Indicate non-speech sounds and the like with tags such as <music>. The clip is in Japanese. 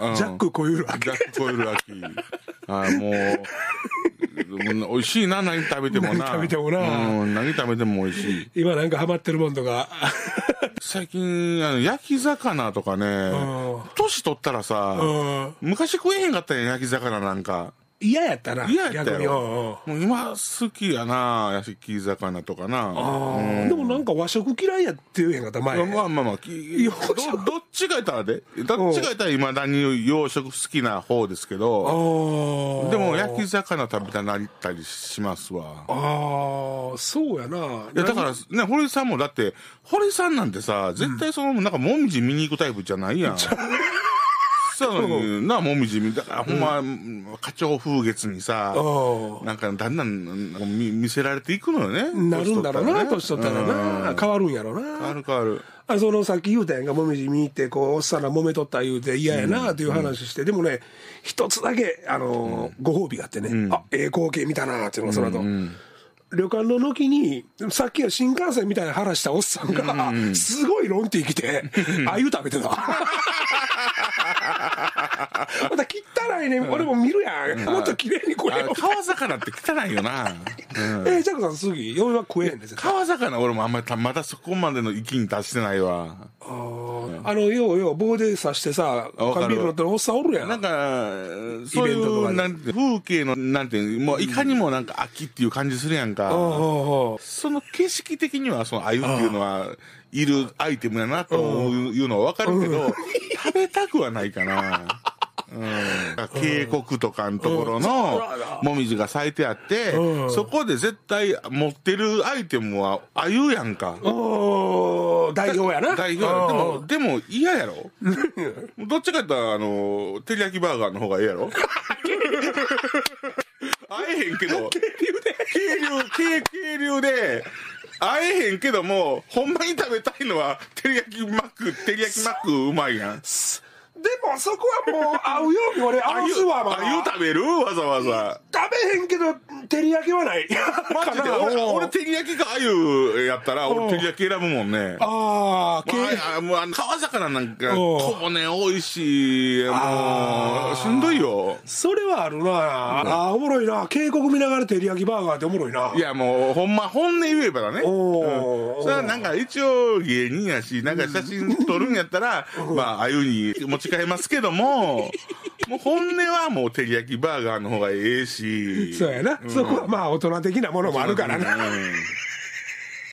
うんジャック・コイルアジキャック・コイル秋。ああもう、美味しいな、何食べてもな。何食べてもなうん、何食べても美味しい。今なんかハマってるもんと <laughs> か最近、あの、焼き魚とかねん、年取ったらうさ、ん昔食えへんかったやん、焼き魚なんか。嫌やったな嫌やった逆にうんうんよ。もう今好きやな、焼き魚とかな。あーでもなんか和食嫌いやって言うへんかった前まあまあまあ、き洋ど食どっちがいたらで、どっちがいたらいまだに洋食好きな方ですけあど、ーでも焼き魚食べたなったりしますわ。ああそうやないやだからね、堀さんもだって、堀さんなんてさ、絶対その、なんか、もみじ見に行くタイプじゃない <laughs> やん。そうな、もみじ見、だから、ほんま、花鳥風月にさ、うなんか、だんだん、なんか見見せられていくのよね。んなるんだろうな年取ったらうんな変わるんやろう変わなる変わる。あそのさっき言うたやんかもみじ見に行ってこうおっさんら揉めとった言うて嫌やなっていう話してでもね一つだけあのーご褒美があってねあええ光景見たなっていうのがその後旅館の軒にさっきは新幹線みたいな腹したおっさんがすごいロンティー来てあゆ食べてた。 <laughs> また汚いね俺も見るやんもっと綺麗に食えあよ川魚って汚いよな。 <laughs> うんえー、ジャックさん、次、嫁は食えへんですよ。川魚、俺もあんまりた、まだそこまでの域に達してないわ。あーあの、ようよう、棒で刺してさ、わかる缶ビール乗ってるおっさんおるやん。なんあか、そういイベントとかう、でなんて、風景の、なんていう、もういかにもなんか秋っていう感じするやんあか。ああその景色的には、その鮎っていうのは、いるアイテムやなと思ういうのはわかるけど、食べたくはないかな。うん、渓谷とかのところのもみじが咲いてあって、うんそこで絶対持ってるアイテムは鮎やんか。おー代表やな。 <laughs> 代表あやあろでも、でも嫌やろどっちかやったら、あの、照り焼きバーガーの方がええや <laughs> ろ会えへんけど、軽量、軽、軽量で、会えへんけども、ほんまに食べたいのは、照り焼きマック、照り焼きマックうまいやん。でも、そこはもう、合うように俺、合あわゆ、すわ、まだあゆ食べるわざわざ。食べへんけど、照り焼きはない。マジで、かな俺、うん俺照り焼きかあゆやったら、俺照り焼き選ぶもんね。ああ、けまああ、もうあの川魚なんかおう小骨多いしもあうーしんどいよそれはあるな。ああ、おもろいな。渓谷見ながら照り焼きバーガーっておもろいな。いやもうほんま本音言えばだね、おーうんそれはなんか一応芸人やしなんか写真撮るんやったら、まあああいうに持ち替えますけどももう本音はもう照り焼きバーガーの方がええしそうやな。そこはまあ、大人的なものもあるからな。うん